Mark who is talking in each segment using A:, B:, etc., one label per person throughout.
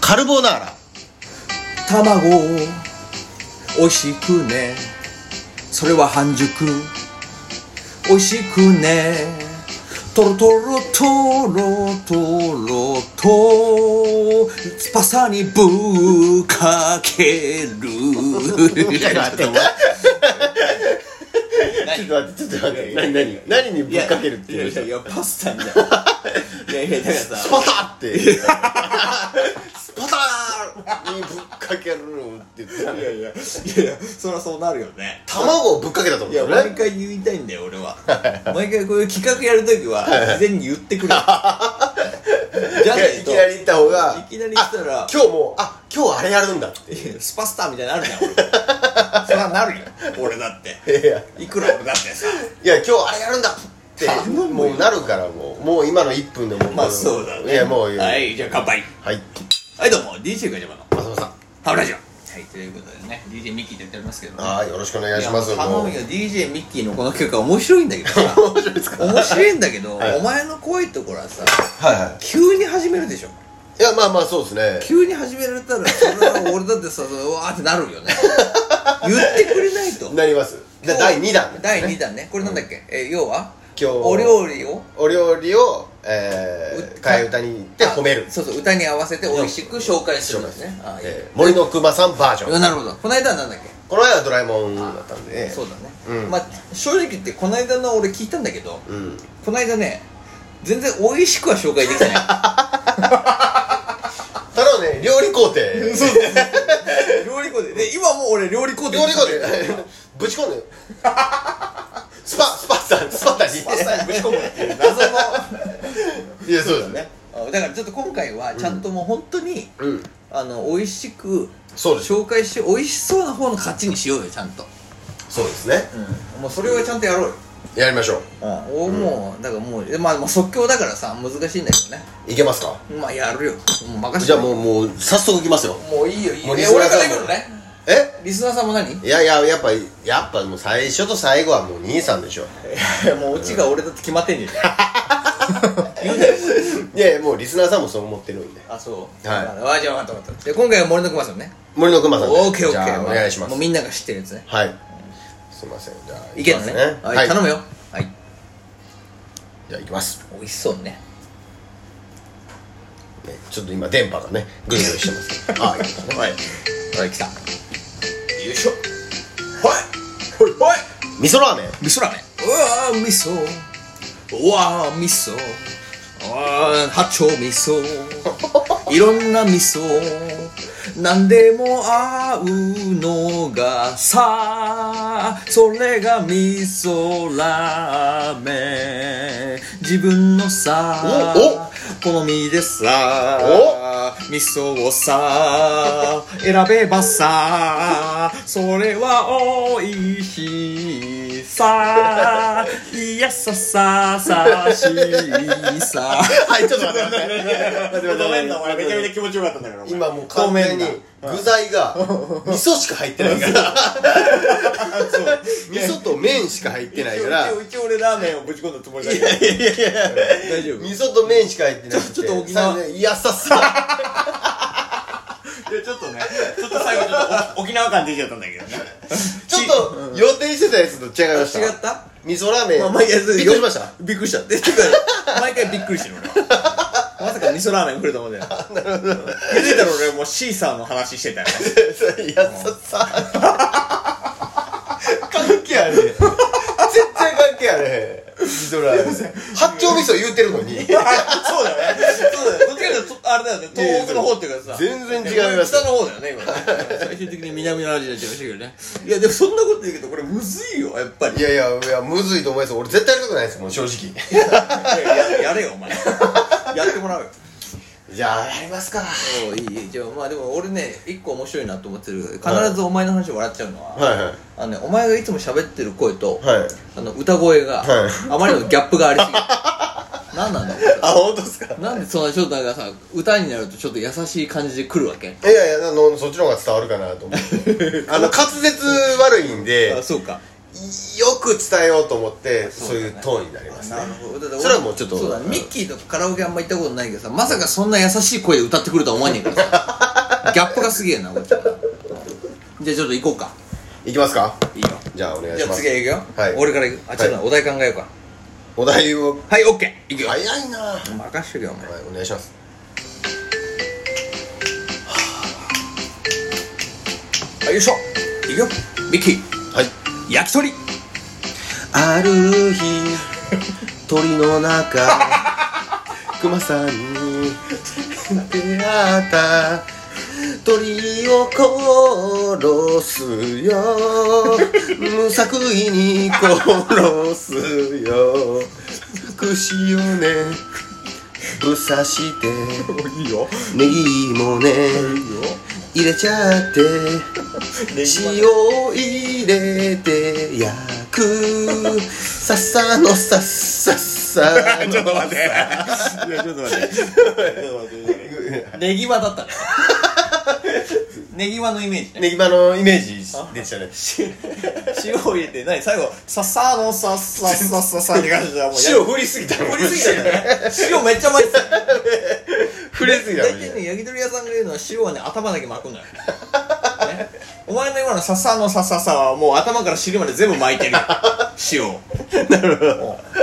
A: カルボナーラ
B: 卵を美味しくねそれは半熟美味しくねとろとろとろとろと翼にぶっかける
A: いや待って
B: ちょっと待
A: ちょっと待ってちょっと待って
C: 何何
A: 何にぶっかけるって
B: いや
A: いう
B: いやいやパスタみたいないやいやだからさ
A: スパター ってスパターにぶっかけるって言ってた
B: い
A: ね
B: やいやいやいやそりゃそうなるよね
A: 卵をぶっかけたと思
B: いうや
A: よ
B: 毎
A: ね
B: 回言いたいんだよ 俺は毎回こういう企画やるときは事前に言って くれじゃねえ
A: い
B: と
A: きなり行った方が
B: いきなり来たら
A: あ今日もうあ今日あれやるんだって
B: いやスパスターみたいになるじゃん俺そりゃなるよ俺だって
A: いや
B: いくら俺だってさ
A: いや今日あれやるんだって
B: 頼むよ
A: もうなるからもうもう今の1分でも
B: まあそうだね
A: いやもういいよ
B: はいじゃあ乾杯
A: はい
B: はいどうも DJ ガジャバの
A: 松本さん
B: ハブラジオはいということでね DJ ミッキーとやっておりますけども
A: ああよろしくお願いします
B: や頼
A: もう
B: むよ DJ ミッキーのこの曲は面白いんだけど さ面白いですか面白いんだけど、
A: はい
B: お前の怖いところはさ
A: はいは
B: 急に始めるでしょ
A: いいやまあまあそうですね
B: 急に始められたらそれは俺だってさうわーってなる よね言ってくれないと
A: なりますで第2弾
B: 第2弾ねこれなんだっけ、えー要は
A: 今日
B: お料理を
A: お料理を、えー、
B: う
A: 替え歌に行って褒める
B: あそうそう歌に合わせて美味しく紹介するんですねあーいい
A: えー森の熊さんバージョン
B: うんなるほどこの間はなんだっけ
A: この間はドラえもんだったんで
B: そうだね、
A: うん
B: まあ正直言ってこの間の俺聞いたんだけど
A: うん
B: この間ね全然美味しくは紹介で きない
A: ただね料理工程
B: そうだね料理工程で今もう俺料理工程
A: 料理工程ぶち込んでスパスパッタスパッタに
B: パスタにぶち込むっていう謎の
A: いやそうですね
B: あだからちょっと今回はちゃんともう本当に、
A: うん
B: あの美味しく
A: そうです
B: 紹介して美味しそうな方の勝ちにしようよちゃんと、
A: そうですね
B: もうそれはちゃんとやろうよ、
A: やりましょう
B: おもうだからもう、まあ、まあ即興だからさ難しいんだけどね
A: いけますか
B: まあやるよもう任
A: じ
B: せて
A: ゃあもうもう早速いきますよ
B: もういいよいい
A: も
B: よ
A: うリ
B: え
A: スナ
B: 俺
A: ー
B: から
A: さん
B: 言
A: も
B: うのね
A: え
B: リスナーさんも何い
A: いやいややっぱやっぱもう最初と最後はもう兄さんでしょ
B: やもううちが俺だって決まってんじゃん言うなよ
A: いやいやもうリスナーさんもそう思ってるんで
B: あそう
A: はい
B: ああじゃあ分かった分かったで今回は森の熊さんね
A: 森の熊さんで
B: オーケーオ
A: じ
B: ーケ
A: ゃ
B: ー
A: あお願いします
B: もうみんなが知ってるやつね
A: はいすいませんじゃあ
B: いけ
A: ま
B: る
A: す
B: ねね
A: は
B: はい
A: い
B: 頼むよはい
A: じゃあいきます
B: 美味しそうね
A: ねちょっと今電波がねグルグルしてますけど あいいですね
B: はいはい来たよいしょはいはいはい
A: 味噌ラーメン
B: 味噌ラーメンうわー味噌うわー味噌あー八丁味 噌いろんな味噌何でも合うのがさそれが味噌ラーメン自分のさ好みでさ味噌をさ選べばさそれは美味しいさいやさささしいさ
A: はいちょっと待って待って待って
C: ごめんな
A: 待
C: 俺めちゃめちゃ気持ちよかったんだからお
A: って
C: 前
A: 今もう完全に具材が味噌しか入ってないから味噌と麺しか入ってないから
C: 一応一応俺ラーメンをぶち込んだつもりだけど
B: 大丈
A: 味噌と麺しか入ってなくて
B: ちょちょっと沖縄
A: さあねいやささ
C: いやちょっとねちょっと最後ちょっと沖縄感出ちゃったんだけどね
A: ちょっと予定してたやつと違いました
B: 違った
A: 味噌ラーメン
B: まあまあいやそれ
A: びっくりしま した
B: びっくりしたでてか毎回びっくりしてる俺は まさか味噌ラーメン来ると思ってない
C: 気づいたら俺もうシーサーの話してた よね
A: いやささ関係あれへん絶対関係あれへん味噌ラーメン八丁味噌言うてるのに
C: そうだよね
B: そうだよどっちかというととあれだよね東北の方っていうかさ
A: 全然違います
B: 北の方だよね今ね最終的に南のアジアになっちゃいましたけどねいやでもそんなこと言うけどこれむずいよやっぱり
A: いやいやいやむずいと思います俺絶対やりたくないですもん正直
B: ややれよお前やってもらうよ
A: じゃあやりますか
B: おういいいいじゃあまあでも俺ね一個面白いなと思ってる必ずお前の話を笑っちゃうのは、
A: はいはい
B: あのねお前がいつも喋ってる声と、
A: はい
B: あの歌声が、
A: はい
B: あまりのギャップがありすぎる何なんだろ
A: あ本当ですか
B: うなんでそんなちょっとなんかさ歌になるとちょっと優しい感じで来るわけ
A: いやいやあのそっちの方が伝わるかなと思って あの滑舌悪いんで
B: あそうか
A: よく伝えようと思って
B: そ
A: そ
B: うだ
A: う
B: ね
A: いうトーンになりますね
B: なるほどだって俺
A: それはもうちょっと
B: そうだミッキーとかカラオケあんま行ったことないけどさまさかそんな優しい声で歌ってくるとは思わねえからさギャップがすげえなこっちはじゃあちょっと行こうか
A: いきますか
B: いいよ
A: じゃあお願い
B: じ
A: し
B: ゃあ
A: ます
B: 次行くよ、
A: はい
B: 俺から行くあちょっと待ってお題考えようか
A: お題を
B: はいオッケー行くよ、
A: 早いなは
B: 任しとけよお前
A: いお願いします
B: はいよいしょ行くよミッキー
A: はい
B: 焼 き鳥
A: ある日鳥の中クマさんに出会った鳥を殺すよ無作為に殺すよ串をねぶさして
C: いいよ
A: ネギもね入れちゃって塩を入れて焼くさっさのさっさっさのちょっと待って
C: いやちょっと待って
B: ネギ輪だったねネギ輪のイメージね
A: ネギ場のイメージでしたね
B: 塩を入れて何最後ささのさささささって感じだもう
A: 塩振りすぎたの
B: 振りすぎた んだね塩めっちゃ巻いてた
A: 振りすぎた
B: 大
A: の
B: 体
A: ね
B: ね焼き鳥屋さんが言うのは塩はね頭だけ巻くんだよ、ね、お前の今のささのさささはもう頭から尻まで全部巻いてるよ塩をなるほど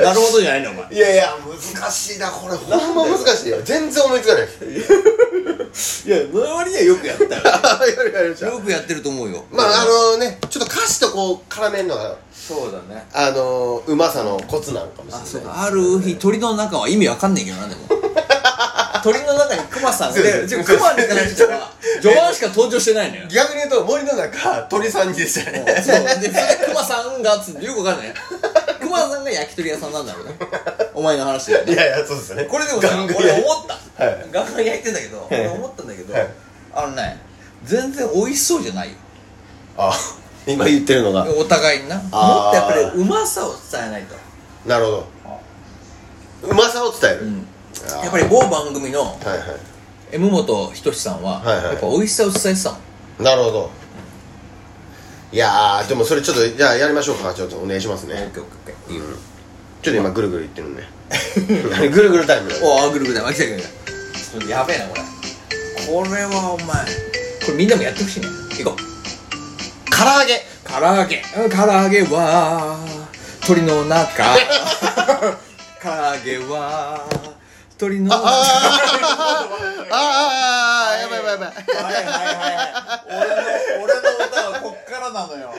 B: なるほどじゃないのお前
A: いやいや難しいなこれほんま難しいよ全然思いつかないです
B: いやその割にはよくやったよ
A: あやりまし
B: よくやってると思うよ
A: まああのねちょっと歌詞とこう絡めるのが
B: そうだね
A: あのうまさのコツなのかもしれない
B: そうだある日鳥の中は意味わかんねえけどなでも鳥の中にクマさん
A: そう
B: で
A: です
B: でクマに関しては序盤しか登場してないのよ
A: 逆に言うと森の中鳥さんにでしたね
B: そうでクマさんがつってよくわかんないクマさんが焼き鳥屋さんなんだろうねお前の話
A: い
B: で、
A: やいやそうですね
B: これでも
A: ガ
B: さ
A: ン
B: 俺
A: ガン
B: 思った、
A: はい
B: ガンガン焼いてんだけど、
A: い
B: 俺思ったんだけど、
A: はい
B: あのね全然美味しそうじゃないよ
A: あ今言ってるのが
B: お互いになもっと
A: あー
B: やっぱりうまさを伝えないと、
A: なるほどうまさを伝える、あー
B: やっぱり某番組の
A: はいは
B: M 本仁さんは、
A: はいはい
B: やっぱ美味しさを伝えてたの
A: いなるほどいやーでもそれちょっとじゃあやりましょうかちょっとお願いしますね
B: ケーオッケーオッケーいいよ
A: ちょっと今ぐるぐる言ってるんで ぐるぐるタイム
B: おあぐるぐるだ巻きたくないちょっとやべえなこれこれはお前これみんなもやってほしいね行こう
A: 唐揚げ
B: 唐揚げうん唐揚げは鳥の中唐揚げは鳥の中は
A: あーあーやばいやばいやばい
C: はいはいはい俺の俺の歌はこっからなのよ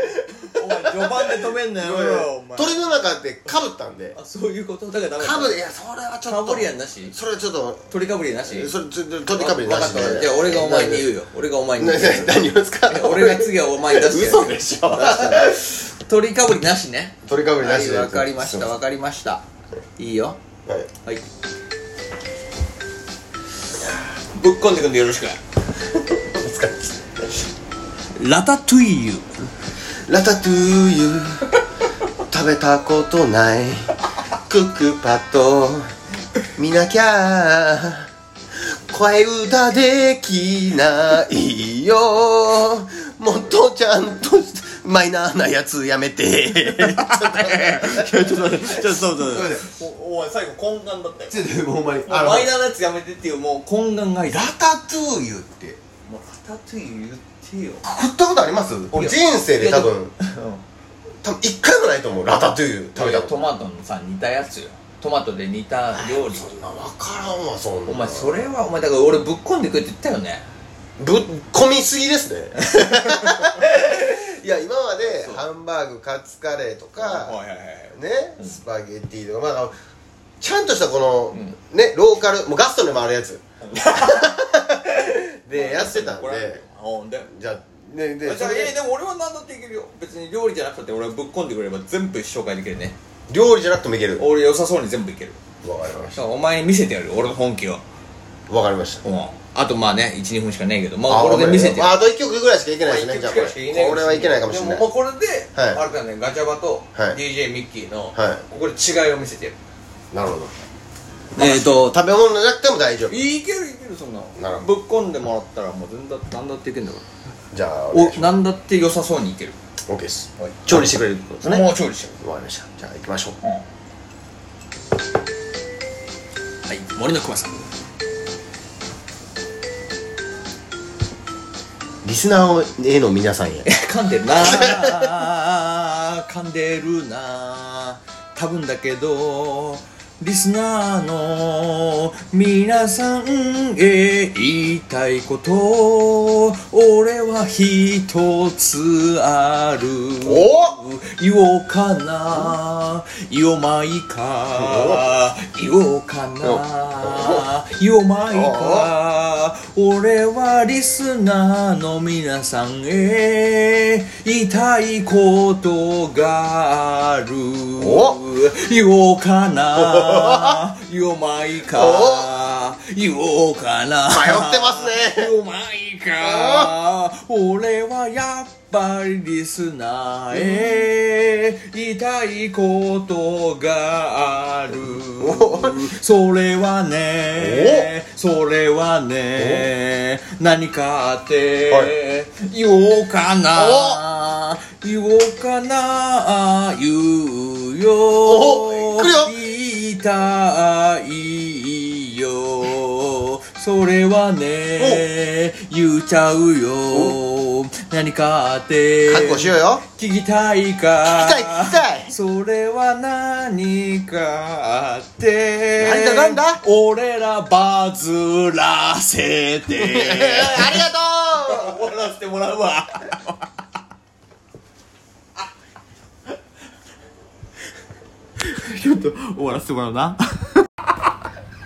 C: お前序盤で止めんなよお前
A: 鳥の中ってかぶったんで
B: あそういうことだからダメだ
A: かぶいやそれはちょっと
B: かぶりやんなし
A: それはちょっと
B: 鳥かぶりなし
A: それちょっと鳥かぶりなし
B: わかったじゃあ俺がお前に言うよ俺がお前に言うよ
A: なな 何をですか
B: 俺が次はお前に出してやる
A: 嘘でし ょ
B: 鳥かぶりなしね
A: 鳥かぶりなし
B: はいわかりましたわかりましたいいよ
A: はい
B: はいぶっこんでくんでよろ しくラタトゥイユ
A: ラタトゥーユ食べたことないクックパッド見なきゃ声歌できないよもっとちゃんとマイナーなやつやめて
C: ちょっと待ってちょっと待っておお前最後懇願だったよ
A: ちょっとほんまに
B: マイナーなやつやめてっていうもう懇願がいい
A: ラタトゥーユって
B: もうラタトゥイユ言 ってよ
A: 食ったことあります俺人生で多分多分一回もないと思うラタトゥーユ食べたこと
B: トマトのさ煮たやつよトマトで煮た料理
A: そんな分からんわそんな
B: お前それはお前だから俺ぶっこんでくれって言ったよね
A: ぶっ込みすぎです ねいや今までハンバーグカツカレーとか
C: いはいはい
A: ねスパゲッティとかまあちゃんとしたこの、ねローカルもうガストでもあるや つでやってたん
B: これ
A: で
B: ほんで
A: じゃあねで
B: じゃ
A: そ
B: あ
A: れ
B: え
A: で
B: でも俺は何だっていけるよ別に料理じゃなくたって俺はぶっこんでくれれば全部紹介できるね
A: 料理じゃなくてもいけるわ
B: 俺良さそうに全部いける
A: かりま
B: だ
A: し
B: からお前に見せてやるよ俺の本気を
A: たわかりました
B: うんあとまあね12分しかねえけどまあこれで見せて
A: まああと1曲ぐらいしかいけないですねじゃあこれこれはいけないかもしれない
B: でももう
A: は
B: これで、
A: はい
B: あれだねガチャバと
A: はい
B: DJ ミッキーの、
A: い
B: ここで違いを見せてやる
A: なるほど
B: えっと
A: 食べ物じゃなくても大丈夫
B: いけるいけるそんな
A: なるほ
B: ぶっこんでもらったらもう全然何だっていけんだか
A: じゃあ
B: らお何だって良さそうにいける
A: OK です
B: はい
A: 調理してくれるってことですね
B: もう調理してる
A: わかりましたじゃあ行きましょう
B: はい森の熊さん
A: リスナーへの皆 さんへ
B: 噛んでるな 噛んでるな多分だけどリスナーの皆さんへ言いたいこと俺は一つある
C: お
B: 言おうかな言おうまいか言おうかな言おうまいか俺はリスナーの皆さんへ言いたいことがある
C: お
B: 言おうかな言おうまいか言おうかな
A: 迷ってますね
B: うまいか俺はやっぱりリスナーへ言いたいことがあるそれはねそれはね何かあって言おうかな言おうかな言うよ
A: お来るよ
B: 言いたいよそれはね言っちゃうよ何かあって
A: 覚悟しようよ
B: 聞きたい
A: 聞
B: か
A: きたい聞きたい
B: それは何かあって
A: なんだなんだ
B: 俺らバズらせて
A: ありがとう
B: 終わらせてもらうわちょっと終わらせてもらうな